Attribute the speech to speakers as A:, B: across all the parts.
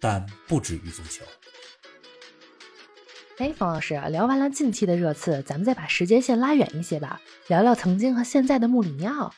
A: 但不止于足球。
B: 哎，冯老师，聊完了近期的热刺，咱们再把时间线拉远一些吧，聊聊曾经和现在的穆里尼奥。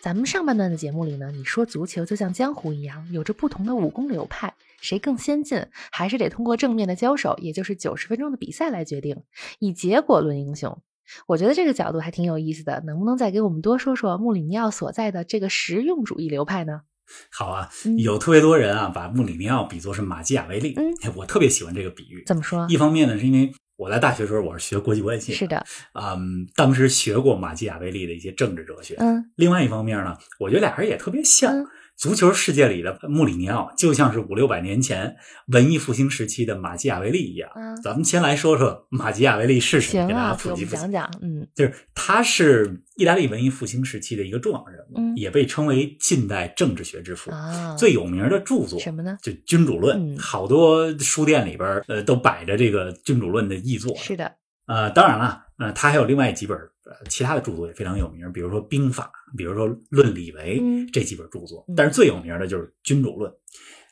B: 咱们上半段的节目里呢，你说足球就像江湖一样，有着不同的武功流派，谁更先进，还是得通过正面的交手，也就是九十分钟的比赛来决定，以结果论英雄。我觉得这个角度还挺有意思的，能不能再给我们多说说穆里尼奥所在的这个实用主义流派呢？
A: 好啊，
B: 嗯
A: 有特别多人啊，把穆里尼奥比作是马基雅维利。
B: 嗯
A: 哎我特别喜欢这个比喻。
B: 怎么说？
A: 一方面呢，是因为我在大学的时候我是学国际关系，
B: 是，的，
A: 嗯，当时学过马基雅维利的一些政治哲学。
B: 嗯
A: 另外一方面呢，我觉得俩人也特别像。
B: 嗯
A: 足球世界里的穆里尼奥，就像是五六百年前文艺复兴时期的马基雅维利一样。
B: 嗯，
A: 咱们先来说说马基雅维利是谁，
B: 行
A: 给大家
B: 啊，给
A: 普
B: 我
A: 及
B: 们
A: 普及。
B: 讲讲，嗯
A: 就是他是意大利文艺复兴时期的一个重要人物，
B: 嗯
A: 也被称为近代政治学之父。
B: 啊，
A: 最有名的著作
B: 什么呢？
A: 就《君主论》
B: 嗯
A: 好多书店里边儿呃都摆着这个《君主论》的译作。
B: 是的，
A: 呃，当然了，呃，他还有另外几本呃其他的著作也非常有名，比如说《兵法》，比如说《论理维》
B: 嗯
A: 这几本著作
B: 嗯。
A: 但是最有名的就是《君主论》。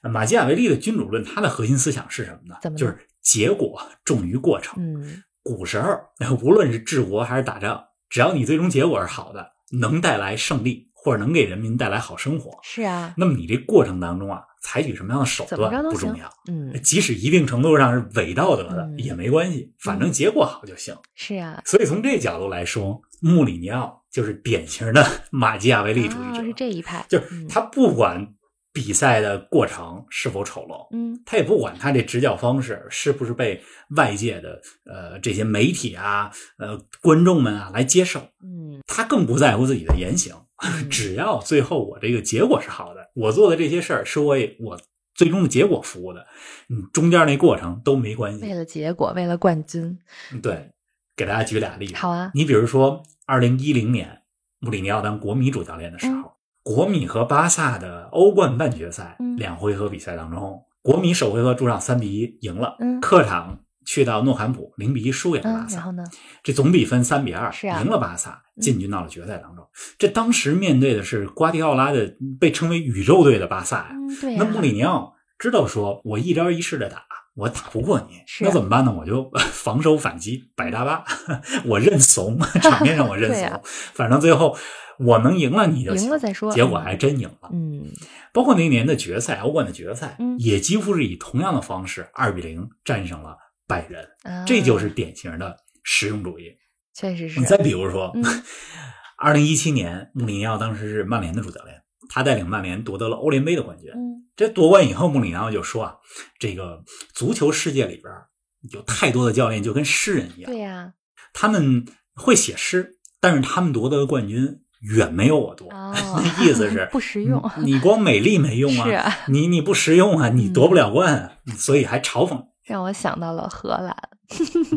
A: 呃马基雅维利的《君主论》，它的核心思想是什么呢？
B: 怎么呢
A: 就是结果重于过程。
B: 嗯
A: 古时候， 无论是治国还是打仗，只要你最终结果是好的，能带来胜利，或者能给人民带来好生活，
B: 是啊，
A: 那么你这过程当中啊，采取什么样的手
B: 怎么着
A: 段
B: 都
A: 不
B: 行
A: 重要，呃
B: 嗯
A: 即使一定程度上是伪道德的
B: 嗯
A: 也没关系，反正结果好就行。
B: 是啊，
A: 所以从这角度来说，穆里尼奥就是典型的马基雅维利主义
B: 哦是
A: 者，
B: 这一嗯派，
A: 就是他不管比赛的过程是否丑陋，
B: 嗯
A: 他也不管他这执教方式是不是被外界的呃这些媒体啊、呃观众们啊来接受，
B: 嗯，
A: 他更不在乎自己的言行，
B: 嗯
A: 只要最后我这个结果是好的，我做的这些事儿是为我最终的结果服务的，嗯，中间那过程都没关
B: 为
A: 系。
B: 了结果，为了冠军，
A: 对，给大家举俩例子。
B: 好啊，
A: 你比如说，二零一零年穆里尼奥当国米主教练的时
B: 嗯
A: 候，国米和巴萨的欧冠半决赛、
B: 嗯
A: 两回合比赛当中，国米首回合主场三比一赢了，
B: 嗯
A: 客场去到诺坎普零比一输给了巴
B: 嗯，
A: 萨，
B: 然后呢？
A: 这总比分三比二、
B: 是啊
A: 赢了巴萨，
B: 嗯
A: 进军到了决赛当中。这当时面对的是瓜迪奥拉的被称为宇宙队的巴哎萨呀、
B: 嗯，对呀，
A: 那穆里尼奥知道说，我一招一式的打，我打不过你，
B: 是啊
A: 那怎么办呢？我就 防守反击，摆大巴， 我认怂， 场面上我 认
B: 对
A: 怂，
B: 啊
A: 反正最后我能赢了你就行。
B: 赢了再说
A: 结果还真赢了，
B: 嗯
A: 包括那年的决赛，欧冠的决赛，
B: 嗯
A: 也几乎是以同样的方式，二比零战胜了拜仁。
B: 啊，
A: 这就是典型的实用主义。
B: 确实是
A: 你，再比如说
B: 嗯，
A: 二零一七年，穆里尼奥当时是曼联的主教练，他带领曼联夺得了欧联杯的冠军。
B: 嗯
A: 这夺冠以后，穆里尼奥就说啊，这个足球世界里边儿有太多的教练就跟诗人一样
B: 对，啊呀，
A: 他们会写诗，但是他们夺得的冠军远没有我多。
B: 哦
A: 那意思是
B: 不实用，
A: 你你光美丽没用
B: 是嗯
A: 啊，
B: 啊，
A: 你你不实用啊，你夺不了冠啊，所以还嘲讽
B: 让我想到了荷兰，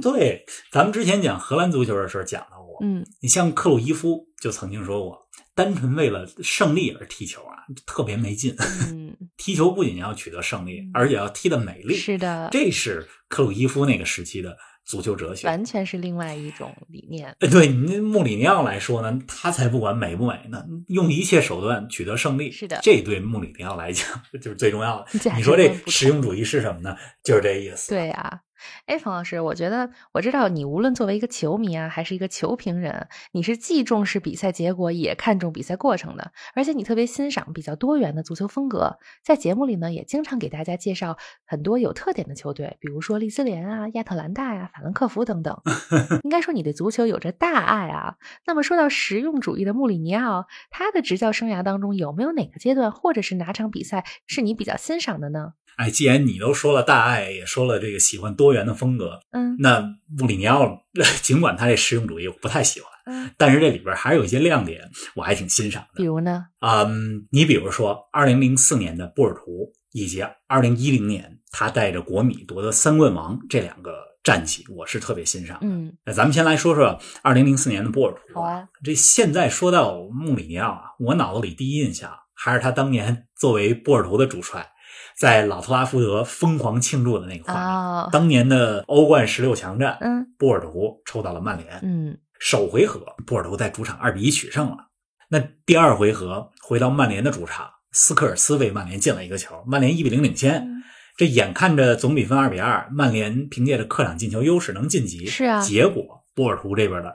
A: 对，咱们之前讲荷兰足球的时候讲到过，
B: 嗯
A: 你像克鲁伊夫就曾经说过，单纯为了胜利而踢球啊，特别没劲。
B: 嗯，
A: 踢球不仅要取得胜利
B: 嗯，
A: 而且要踢得美丽。
B: 是的，
A: 这是克鲁伊夫那个时期的足球哲学。
B: 完全是另外一种理念，
A: 呃对你那穆里尼奥来说呢，他才不管美不美呢，用一切手段取得胜利。
B: 是的
A: 这对穆里尼奥来讲 就是最重要的。
B: 价
A: 你
B: 值
A: 说这
B: 观不同
A: 实用主义是什么呢？就是这意思。
B: 对呀、哎，冯老师，我觉得我知道你无论作为一个球迷啊，还是一个球评人，你是既重视比赛结果，也看重比赛过程的，而且你特别欣赏比较多元的足球风格。在节目里呢，也经常给大家介绍很多有特点的球队，比如说利兹联啊、亚特兰大呀、法兰克福等等。应该说你对足球有着大爱啊。那么说到实用主义的穆里尼奥，他的执教生涯当中有没有哪个阶段或者是哪场比赛是你比较欣赏的呢？
A: 哎，既然你都说了大爱，也说了这个喜欢多元的风格，
B: 嗯
A: 那穆里尼奥， 尽管他这实用主义我不太喜欢，
B: 嗯，
A: 但是这里边还是有一些亮点，我还挺欣赏
B: 比
A: 的。
B: 如呢？
A: 嗯，你比如说，二零零四年的波尔图以及二零一零年他带着国米夺得三冠王这两个战绩，我是特别欣赏。
B: 嗯，
A: 那咱们先来说说二零零四年的波尔图。
B: 好啊，
A: 这现在说到穆里尼奥啊，我脑子里第一印象还是他当年 作为波尔图的主帅，在老特拉福德疯狂庆祝的那个画面。
B: 哦，
A: 当年的欧冠十六强战，
B: 嗯
A: 波尔图抽到了曼联，
B: 嗯
A: 首回合波尔图在主场二比一取胜了。那第二回合回到曼联的主场，斯科尔斯为曼联进了一个球，曼联一比零领先。
B: 嗯
A: 这眼看着总比分二比二，曼联凭借着客场进球优势能晋级，
B: 是啊
A: 结果波尔图这边的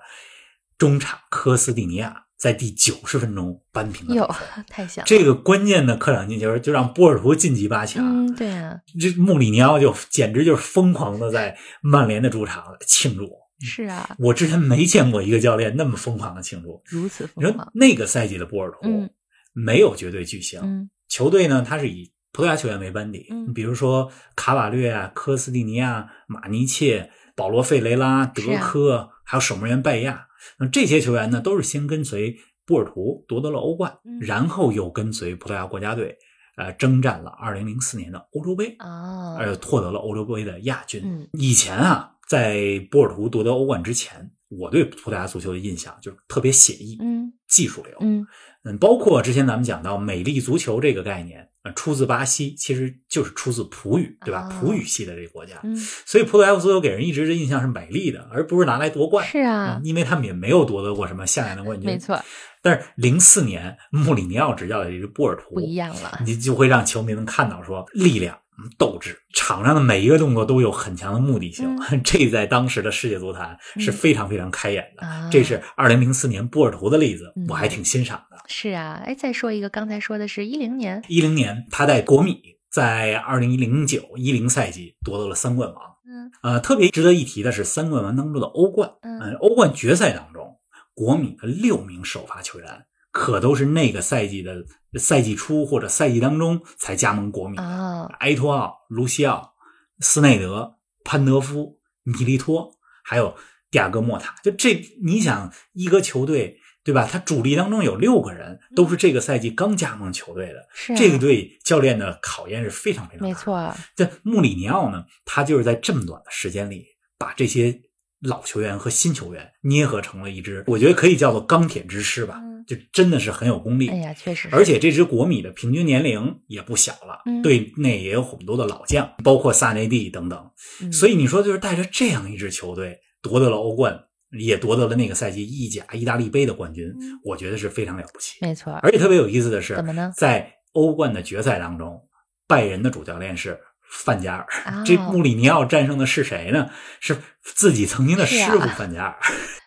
A: 中场科斯蒂尼亚在第九十分钟扳平了比
B: 哟
A: 分，
B: 太香了。
A: 这个关键的客场进球就让波尔图晋级八强。
B: 嗯，对啊，
A: 这穆里尼奥就简直就是疯狂的在曼联的主场庆祝。
B: 是啊，
A: 我之前没见过一个教练那么疯狂的庆祝。
B: 如此
A: 你
B: 疯
A: 说
B: 狂。
A: 那个赛季的波尔图
B: 嗯
A: 没有绝对巨星，
B: 嗯
A: 球队呢它是以葡萄牙球员为班底，
B: 嗯
A: 比如说卡瓦略啊、科斯蒂尼亚、马尼切、保罗·费雷拉、德
B: 是啊
A: 科，还有守门员拜亚。那这些球员呢，都是先跟随波尔图夺得了欧冠，
B: 嗯
A: 然后又跟随葡萄牙国家队，呃，征战了2004年的欧洲杯。
B: 啊，
A: 呃，获得了欧洲杯的亚军。
B: 嗯
A: 以前啊，在波尔图夺得欧冠之前，我对葡萄牙足球的印象就是特别写意，
B: 嗯
A: 技术流。
B: 嗯
A: 嗯，包括之前咱们讲到“美丽足球”这个概念，呃，出自巴西，其实就是出自葡语，对
B: 啊
A: 吧？葡语系的这个国家，
B: 嗯，
A: 所以葡萄牙足球给人一直的印象是美丽的，而不是拿来夺冠。
B: 是啊
A: 嗯，因为他们也没有夺得过什么像样的冠军。
B: 没。错，
A: 但是零四年穆里尼奥执教的这支波尔图
B: 不一样了。
A: 你就会让球迷能看到说力量、嗯斗志，场上的每一个动作都有很强的目的性， 这在当时的世界足坛是非常非常开眼的。
B: 啊，
A: 这是二零零四年波尔图的例子，
B: 嗯
A: 我还挺欣赏的。
B: 是啊，哎，再说一个，刚才说的是一零年，
A: 一零年他带国米在二零零九一零赛季夺得了三冠王，
B: 嗯
A: 呃，特别值得一提的是三冠王当中的欧冠，嗯，
B: 嗯
A: 欧冠决赛当中，国米的六名首发球员可都是那个赛季的赛季初或者赛季当中才加盟国米的。
B: 啊，
A: 埃托奥、卢西奥、斯内德、潘德夫、米利托，还有迪亚戈莫塔。就这，你想一个球队对吧？他主力当中有六个人都是这个赛季刚加盟球队的，
B: 是啊
A: 这个啊对教练的考验是非常非常大。
B: 没。错儿，嗯
A: 这穆里尼奥呢，他就是在这么短的时间里把这些。老球员和新球员捏合成了一支，我觉得可以叫做钢铁之师吧，
B: 嗯
A: 就真的是很有功力。
B: 哎呀，确实是，
A: 而且这支国米的平均年龄也不小了，
B: 嗯
A: 队内也有很多的老将，包括萨内蒂等等。所
B: 以
A: 以你说，就是带着这样一支球队夺得了欧冠，也夺得了那个赛季意甲、意大利杯的冠军
B: 嗯，
A: 我觉得是非常了不起。
B: 没错儿，
A: 而且特别有意思的是
B: 怎，么呢？
A: 在欧冠的决赛当中，拜仁的主教练是范加尔。
B: 啊，
A: 这穆里尼奥战胜的是谁呢？是自己曾经的
B: 是啊
A: 师傅范加尔。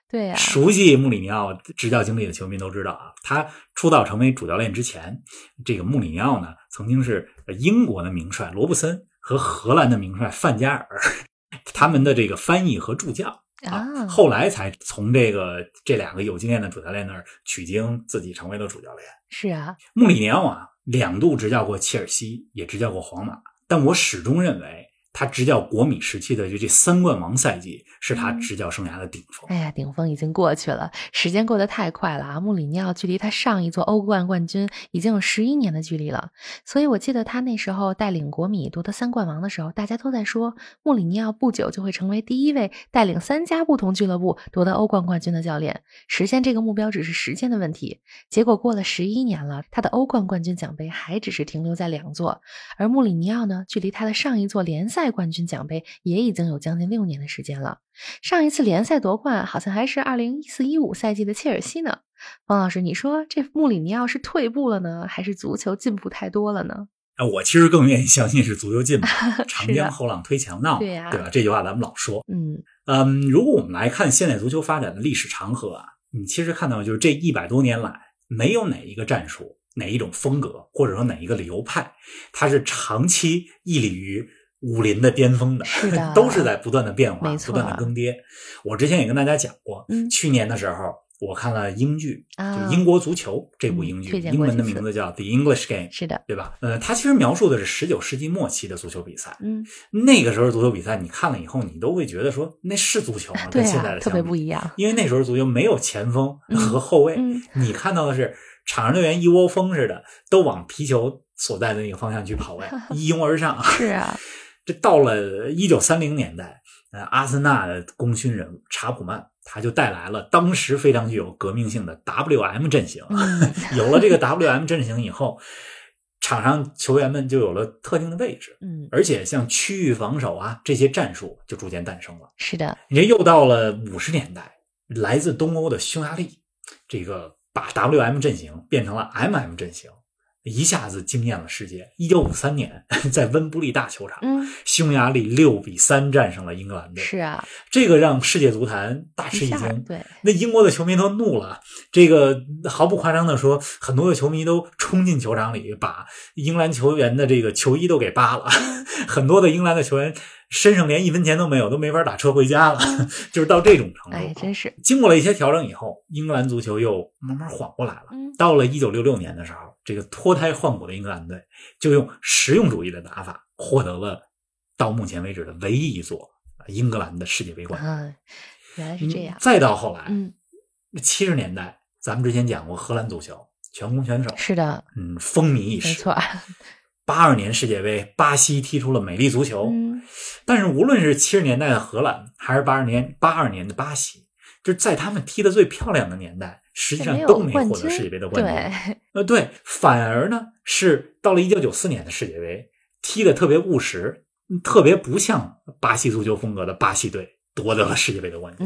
B: 对啊呀，
A: 熟悉穆里尼奥执教经历的球迷都知道啊，他出道成为主教练之前，这个穆里尼奥呢，曾经是呃英国的名帅罗布森和荷兰的名帅范加尔 他们的这个翻译和助教
B: 啊，
A: 后来才从这个这两个有经验的主教练那儿取经，自己成为了主教练。
B: 是啊，
A: 穆里尼奥啊，两度执教过切尔西，也执教过皇马，但我始终认为他执教国米时期的就这三冠王赛季是他
B: 嗯
A: 执教生涯的顶峰。
B: 哎呀，顶峰已经过去了，时间过得太快了啊！穆里尼奥距离他上一座欧冠冠军已经有十一年的距离了，所以我记得他那时候带领国米夺得三冠王的时候，大家都在说穆里尼奥不久就会成为第一位带领三家不同俱乐部夺得欧冠冠军的教练，实现这个目标只是时间的问题。结果过了十一年了，他的欧冠冠军奖杯还只是停留在两座，而穆里尼奥呢，距离他的上一座联赛冠军奖杯也已经有将近六年的时间了。上一次联赛夺冠好像还是二零一四一五赛季的切尔西呢。王老师，你说这穆里尼奥是退步了呢，还是足球进步太多了呢？
A: 哎，我其实更愿意相信是足 球进步，长
B: 是
A: 江
B: 啊
A: 后浪推前浪嘛，
B: 对呀
A: 吧？这句话咱们老说。
B: 嗯
A: 嗯，如果我们来看现代足球发展的历史长河啊，你其实看到就是这一百多年来，没有哪一个战术、哪一种风格，或者说哪一个流派，它是长期屹立于武林的巅峰的，
B: 是的
A: 都是在不断的变化、
B: 没
A: 不
B: 错
A: 断的更迭。我之前也跟大家讲过，
B: 嗯
A: 去年的时候我看了英剧，
B: 啊
A: 就，英国足球这部
B: 嗯
A: 英剧，
B: 推荐
A: 英
B: 过
A: 文的
B: 几次
A: 名字叫《The English Game》。
B: 是的，
A: 对吧？呃，它其实描述的是十九世纪末期的足球比赛。
B: 嗯，
A: 那个时候足球比赛，你看了以后，你都会觉得说那是足球吗？
B: 对
A: 跟现在
B: 啊，
A: 的
B: 特
A: 相
B: 别
A: 比
B: 不一 样。
A: 因为那时候足球没有前锋
B: 嗯
A: 和后卫，
B: 嗯
A: 你看到的是场上队员一窝蜂似的都往皮球所在的那个方向去跑位， 一拥而上。
B: 是啊，
A: 这到了一九三零年代，呃，阿森纳的功勋人物查普曼，他就带来了当时非常具有革命性的 WM 阵型。
B: 嗯
A: 有了这个 WM 阵型以后，场上球员们就有了特定的位置，
B: 嗯，
A: 而且像区域防守啊这些战术就逐渐诞生了。
B: 是的，
A: 你这又到了五十年代，来自东欧的匈牙利，这个把 WM 阵型变成了 MM 阵型，一下子惊艳了世界。一九五三年， 在温布利大球场，
B: 嗯，
A: 匈牙利六比三战胜了英格兰队，
B: 是啊，
A: 这个让世界足坛大吃
B: 一
A: 一
B: 下
A: 惊。
B: 对，
A: 那英国的球迷都怒了，啊这个毫不夸张的说，很多的球迷都冲进球场里，把英格兰球员的这个球衣都给扒了， 很多的英格兰的球员身上连一分钱都没有，都没法打车回家了， 就是到这种程度。
B: 嗯哎，真是，
A: 经过了一些调整以后，英格兰足球又慢慢缓过来了。
B: 嗯
A: 到了一九六六年的时候，这个脱胎换骨的英格兰队就用实用主义的打法获得了到目前为止的唯一一座英格兰的世界杯冠军。
B: 啊，原来是这样
A: 嗯，再到后来，
B: 嗯，
A: 七十年代，咱们之前讲过荷兰足球全攻全守，
B: 是的，
A: 嗯，风靡一
B: 没
A: 时。
B: 错，
A: 八二年世界杯，巴西踢出了美丽足球。
B: 嗯
A: 但是无论是七十年代的荷兰，还是八二年八二年的巴西，就是在他们踢得最漂亮的年代，实际上
B: 没有
A: 都没
B: 冠
A: 获得
B: 军
A: 世界杯的冠军。
B: 对，
A: 呃，对，反而呢是到了一九九四年的世界杯，踢得特别务实，嗯特别不像巴西足球风格的巴西队夺得了世界杯的冠军。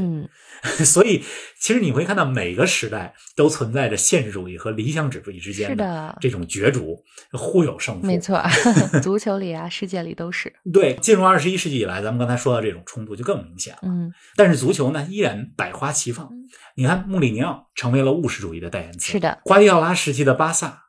B: 嗯，
A: 所以，其实你会看到每个时代都存在着现实主义和理想主义之
B: 是
A: 间的
B: 的，
A: 这种角逐，互有胜负。
B: 没， 错，足球里啊，世界里都是，
A: 对，进入二十一世纪以来，咱们刚才说到这种冲突就更明显了。
B: 嗯，
A: 但是足球呢，依然百花齐放
B: 嗯。
A: 你看，穆里尼奥成为了务实主义的代言词。
B: 是的，
A: 瓜迪奥拉时期的巴萨，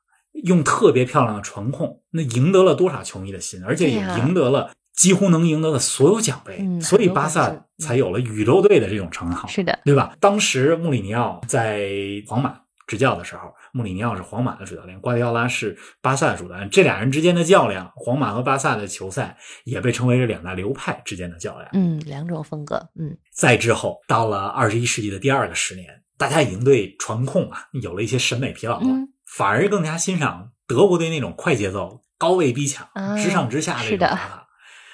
A: 用特别漂亮的传控，那赢得了多少球迷的心，而且也
B: 对呀
A: 赢得了几乎能赢得的所有奖杯，
B: 嗯
A: 所以
B: 很多
A: 巴
B: 冠
A: 萨
B: 军嗯
A: 才有了宇宙队的这种称号。
B: 是的，
A: 对吧？当时穆里尼奥在皇马执教的时候，穆里尼奥是皇马的主教练，瓜迪奥拉是巴萨的主教练，这俩人之间的较量，皇马和巴萨的球赛也被称为这两大流派之间的较量。
B: 嗯，两种风格，嗯，
A: 再之后，到了二十一世纪的第二个十年，大家已经对传控啊有了一些审美疲劳了，
B: 嗯
A: 反而更加欣赏德国队那种快节奏、高位逼抢、
B: 啊
A: 直上直下的
B: 是
A: 这
B: 的
A: 种打法。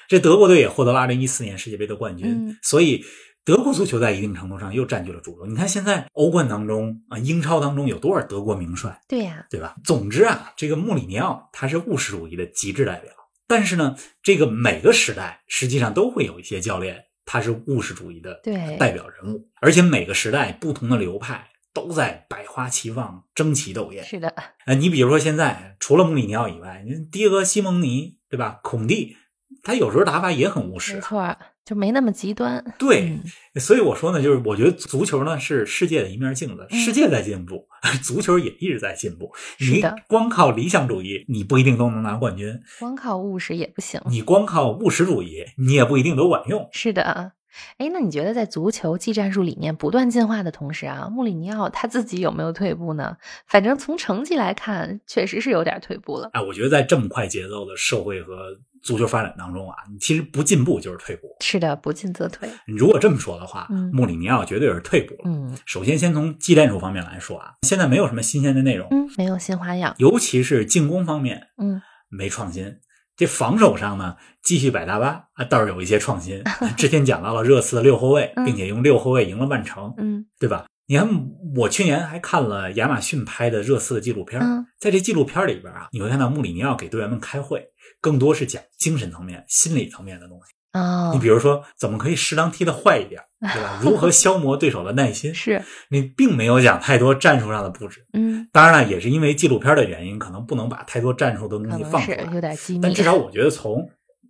A: 这德国队也获得了二零一四年世界杯的冠军，
B: 嗯
A: 所以德国足球在一定程度上又占据了主流。你看现在欧冠当中啊，英超当中有多少德国名帅，
B: 对呀，
A: 对吧？总之啊，这个穆里尼奥他是务实主义的极致代表，但是呢，这个每个时代实际上都会有一些教练他是务实主义的
B: 对
A: 代表人物，而且每个时代不同的流派都在百花齐放、争奇斗艳。
B: 是的，
A: 呃，你比如说现在除了穆里尼奥以外，你迭戈·西蒙尼对吧？孔蒂，他有时候打法也很务实
B: 没
A: 啊。
B: 错，就没那么极端，
A: 对，
B: 嗯，
A: 所以我说呢，就是我觉得足球呢是世界的一面镜子，
B: 嗯
A: 世界在进步， 足球也一直在进步。
B: 是
A: 你
B: 的
A: 光靠理想主义，你不一定都能拿冠军；
B: 光靠务实也不行，
A: 你光靠务实主义，你也不一定都管用。
B: 是的。哎，那你觉得在足球技战术理念不断进化的同时啊，穆里尼奥他自己有没有退步呢？反正从成绩来看，确实是有点退步了。
A: 哎，我觉得在这么快节奏的社会和足球发展当中啊，你其实不进步就是退步。
B: 是的，不进则退。
A: 你如果这么说的话，
B: 嗯
A: 穆里尼奥绝对是退步了。
B: 嗯
A: 首先，先从技战术方面来说啊，现在没有什么新鲜的内容，
B: 嗯，没有新花样。
A: 尤其是进攻方面，
B: 嗯，
A: 没创新。这防守上呢，继续摆大巴啊，倒是有一些创 新。之前讲到了热刺的六后卫，
B: 嗯
A: 并且用六后卫赢了曼城，
B: 嗯
A: 对吧？你看，我去年还看了亚马逊拍的热刺的纪录片儿，
B: 嗯
A: 在这纪录片儿里边啊，你会看到穆里尼奥给队员们开会，更多是讲精神层面、心理层面的东西。
B: 哦
A: 你，比如说，怎么可以适当踢得坏一点，对 吧？如何消磨对手的耐心？
B: 是
A: 你并没有讲太多战术上的布置。
B: 嗯，
A: 当然了，也是因为纪录片的原因，可能不能把太多战术的东
B: 可
A: 西
B: 能
A: 放出
B: 是
A: 来。
B: 有点机密。
A: 但至少我觉得从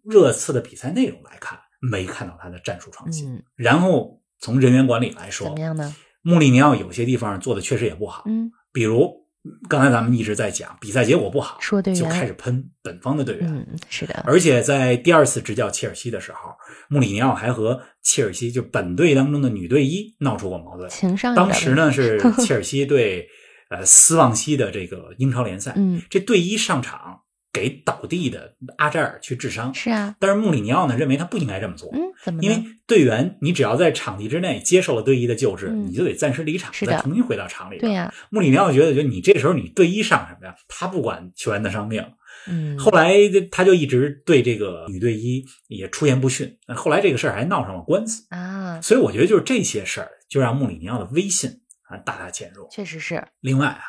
A: 热刺的比赛内容来看，没看到他的战术创新。
B: 嗯，
A: 然后从人员管理来
B: 怎
A: 说
B: 么，样呢？
A: 穆里尼奥有些地方做的确实也不好，
B: 嗯，
A: 比如刚才咱们一直在讲比赛结果不好，
B: 说队
A: 就开
B: 员。
A: 始喷本方的队员。
B: 嗯，是的。
A: 而且在第二次执教切尔西的时候，穆里尼奥还和切尔西就本队当中的女队医闹出过矛盾。
B: 情商有点
A: 当时 呢是切尔西对呃斯旺西的这个英超联赛，
B: 问题？嗯
A: 这队医上场给倒地的阿扎尔去治伤
B: 嗯，，是啊。
A: 但是穆里尼奥呢认为他不应该这么做，
B: 嗯，怎么呢？
A: 因为队员你只要在场地之内接受了队医的救治，
B: 嗯
A: 你就得暂时离场，
B: 是的
A: 再重新回到场里。
B: 对呀、
A: 穆里尼奥觉得，就你这时候你队医上什么呀？他不管球员的伤病，
B: 嗯，
A: 后来他就一直对这个女队医也出言不逊，后来这个事儿还闹上了官司。
B: 啊，
A: 所以我觉得就是这些事儿，就让穆里尼奥的威信啊大大减弱。
B: 确实是
A: 另外啊，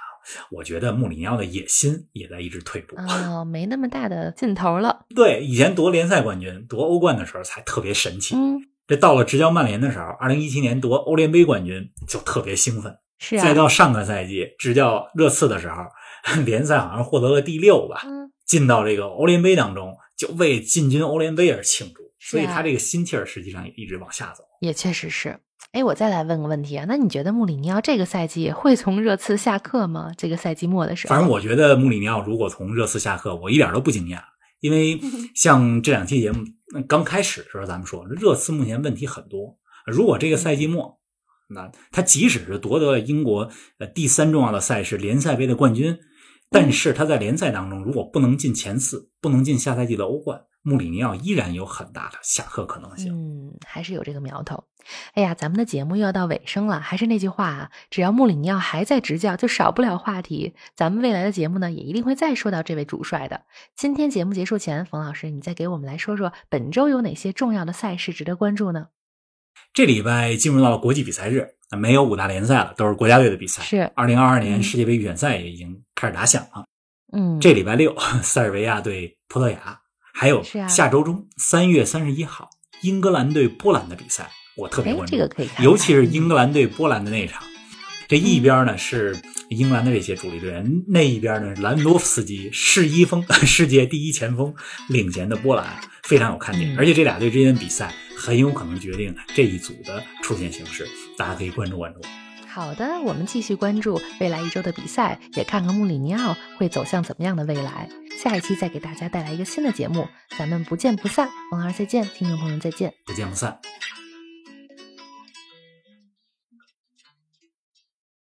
A: 我觉得穆里尼奥的野心也在一直退步。
B: 啊、没那么大的劲头 了。
A: 对，以前夺联赛冠军、夺欧冠的时候才特别神奇，
B: 嗯，
A: 这到了执教曼联的时候，二零一七年夺欧联杯冠军就特别兴奋。
B: 是啊，
A: 再到上个赛季执教热刺的时候， 联赛好像获得了第六吧，
B: 嗯，
A: 进到这个欧联杯当中，就为进军欧联杯而庆祝。
B: 是
A: 所以
B: 啊
A: 他这个心气儿实际上也一直往下走。
B: 也确实是。哎，我再来问个问题啊，那你觉得穆里尼奥这个赛季会从热刺下课吗？这个赛季末的时候，
A: 反正我觉得穆里尼奥如果从热刺下课，我一点都不惊讶，因 为像这两期节目嗯刚开始的时候，咱们说热刺目前问题很多。如果
B: 嗯
A: 这个赛季末，那他即使是夺得了英国呃第三重要的赛事联赛杯的冠军，但是他在联赛当中如果不能进前四，不能进下赛季的欧冠，穆里尼奥依然有很大的下课可能性。
B: 嗯，还是有这个苗头。哎呀，咱们的节目又要到尾声了，还是那句话啊，只要穆里尼奥还在执教，就少不了话题。咱们未来的节目呢，也一定会再说到这位主帅的。今天节目结束前，冯老师，你再给我们来说说本周有哪些重要的赛事值得关注呢？
A: 这礼拜进入到了国际比赛日，那没有五大联赛了，都是国家队的比赛。
B: 是，
A: 二零二二年
B: 嗯
A: 世界杯预选赛也已经开始打响了。
B: 嗯，
A: 这礼拜六， 塞尔维亚对葡萄牙，还有
B: 是啊
A: 下周中三、月三十一号英格兰对波兰的比赛，我特别
B: 哎
A: 关注，
B: 这个可以看看嗯
A: 尤其是英格兰对波兰的那一场。这一边呢是英格兰的这些主力队员，那一边呢兰多夫斯基世一锋 世界第一前锋领衔的波兰非常有看点，
B: 嗯
A: 而且这俩队之间的比赛很有可能决定这一组的出线形势，大家可以关注关注。
B: 好的，我们继续关注未来一周的比赛，也看看穆里尼奥会走向怎么样的未来。下一期再给大家带来一个新的节目，咱们不见不散。冯老师再见，听众朋友们再见。
A: 不见不散。